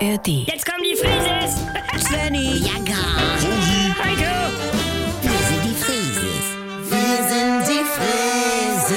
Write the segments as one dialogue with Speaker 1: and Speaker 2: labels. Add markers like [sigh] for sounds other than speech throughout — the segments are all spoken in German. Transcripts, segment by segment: Speaker 1: ARD.
Speaker 2: Jetzt kommen die Frises!
Speaker 3: Svenny. Ja, gar.
Speaker 2: Heiko!
Speaker 3: Wir sind die Frieses. Wir sind die Frieses.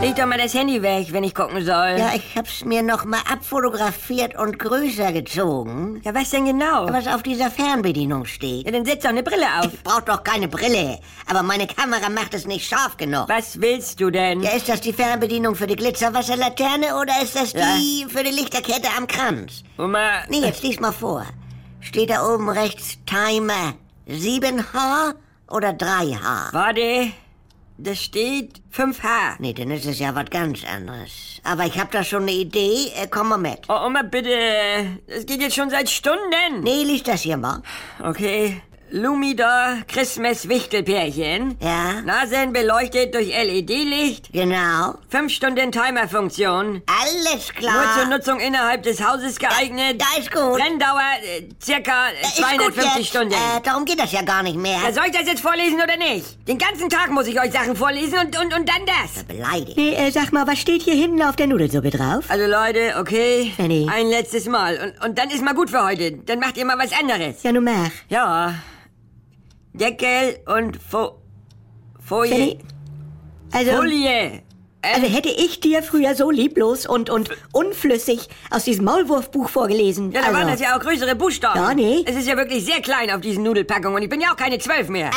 Speaker 4: Leg doch mal das Handy weg, wenn ich gucken soll.
Speaker 3: Ja, ich hab's mir noch mal abfotografiert und größer gezogen.
Speaker 4: Ja, was denn genau?
Speaker 3: Was auf dieser Fernbedienung steht.
Speaker 4: ja, dann setz doch eine Brille auf.
Speaker 3: Ich brauch doch keine Brille. Aber meine Kamera macht es nicht scharf genug.
Speaker 4: Was willst du denn?
Speaker 3: Ja, ist das die Fernbedienung für die Glitzerwasserlaterne oder ist das die für die Lichterkette am Kranz?
Speaker 4: Oma,
Speaker 3: Nee, jetzt lies mal vor. Steht da oben rechts Timer 7H oder 3H?
Speaker 4: warte. Das steht 5H.
Speaker 3: Nee, dann ist es ja was ganz anderes. Aber ich hab da schon eine Idee. Äh, komm mal mit.
Speaker 4: Oh, Oma, bitte. Das geht jetzt schon seit Stunden.
Speaker 3: Nee, lies das hier mal.
Speaker 4: Okay. Lumidor Christmas Wichtelpärchen.
Speaker 3: Ja?
Speaker 4: Nasen beleuchtet durch E LED-Licht.
Speaker 3: Genau.
Speaker 4: 5 Stunden Timerfunktion.
Speaker 3: Alles klar.
Speaker 4: Nur zur Nutzung innerhalb des Hauses geeignet.
Speaker 3: Da ist gut.
Speaker 4: Brenndauer äh, circa
Speaker 3: Ist gut
Speaker 4: 250
Speaker 3: jetzt.
Speaker 4: Stunden.
Speaker 3: Äh, darum geht das ja gar nicht mehr.
Speaker 4: Ja, soll ich das jetzt vorlesen oder nicht? Den ganzen Tag muss ich euch Sachen vorlesen und, und, und dann das.
Speaker 3: Beleidigt.
Speaker 5: Nee, äh, sag mal, was steht hier hinten auf der Nudelsuppe drauf?
Speaker 4: Also Leute, okay.
Speaker 5: Fanny.
Speaker 4: Ein letztes Mal. Und, und dann ist mal gut für heute. Dann macht ihr mal was anderes.
Speaker 5: Ja, nun mach.
Speaker 4: Ja. Deckel und Fo Folie.
Speaker 5: Fanny, Also,
Speaker 4: Folie.
Speaker 5: also hätte ich dir früher so lieblos und, und unflüssig aus diesem Maulwurfbuch vorgelesen.
Speaker 4: Ja, da
Speaker 5: also,
Speaker 4: waren das ja auch größere Buchstaben.
Speaker 5: Ja, nee.
Speaker 4: Es ist ja wirklich sehr klein auf diesen Nudelpackungen und ich bin ja auch keine zwölf mehr.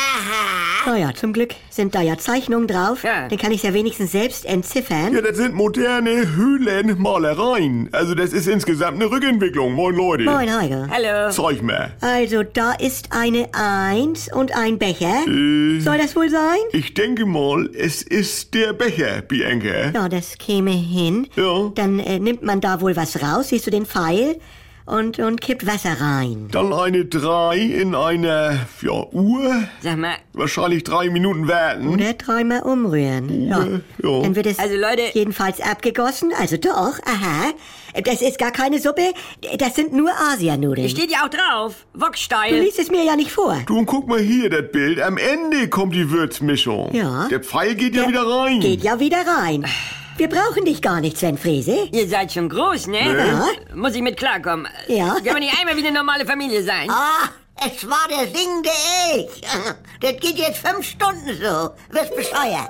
Speaker 5: Naja, zum Glück sind da ja Zeichnungen drauf.
Speaker 4: Ja.
Speaker 5: Dann kann ich ja wenigstens selbst entziffern.
Speaker 6: Ja, das sind moderne Höhlenmalereien. Also das ist insgesamt eine Rückentwicklung. Moin Leute.
Speaker 5: Moin, Heiko.
Speaker 4: Hallo.
Speaker 6: Zeig mal.
Speaker 5: Also, da ist eine Eins und ein Becher.
Speaker 4: Hm.
Speaker 5: Soll das wohl sein?
Speaker 6: Äh, Ich denke mal, es ist der Becher, Bianca.
Speaker 5: Ja, das käme hin.
Speaker 6: Ja.
Speaker 5: Dann äh, nimmt man da wohl was raus, siehst du den Pfeil? Und, und kippt Wasser rein.
Speaker 6: Dann eine 3 in einer ja, Uhr.
Speaker 4: Sag mal,
Speaker 6: Wahrscheinlich drei Minuten warten.
Speaker 5: Oder dreimal umrühren. Ja.
Speaker 6: ja.
Speaker 5: Dann wird es
Speaker 4: Also, Leute-
Speaker 5: jedenfalls abgegossen. Also doch, aha. Das ist gar keine Suppe. Das sind nur Asianudeln.
Speaker 4: steht ja auch drauf.
Speaker 5: Du
Speaker 4: Woksteil.
Speaker 5: liest es mir ja nicht vor.
Speaker 6: Du, und guck mal hier, das Bild. Am Ende kommt die Würzmischung.
Speaker 5: Ja.
Speaker 6: Der Pfeil geht ja, wieder rein.
Speaker 5: Geht ja wieder rein. Wir brauchen dich gar nicht, Sven Frese.
Speaker 4: Ihr seid schon groß, ne?
Speaker 5: Ja.
Speaker 4: Muss ich mit klarkommen.
Speaker 5: Ja.
Speaker 4: Kann man nicht einmal wie eine normale Familie sein?
Speaker 3: Ah, es war der singende Elch. [laughs] Das geht jetzt fünf Stunden so. Wirst bescheuert.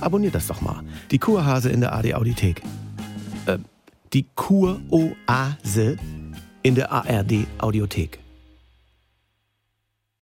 Speaker 7: Abonniert das doch mal. Die Kurhase in der AD Audiothek. Äh, die Kuroase in der ARD Audiothek.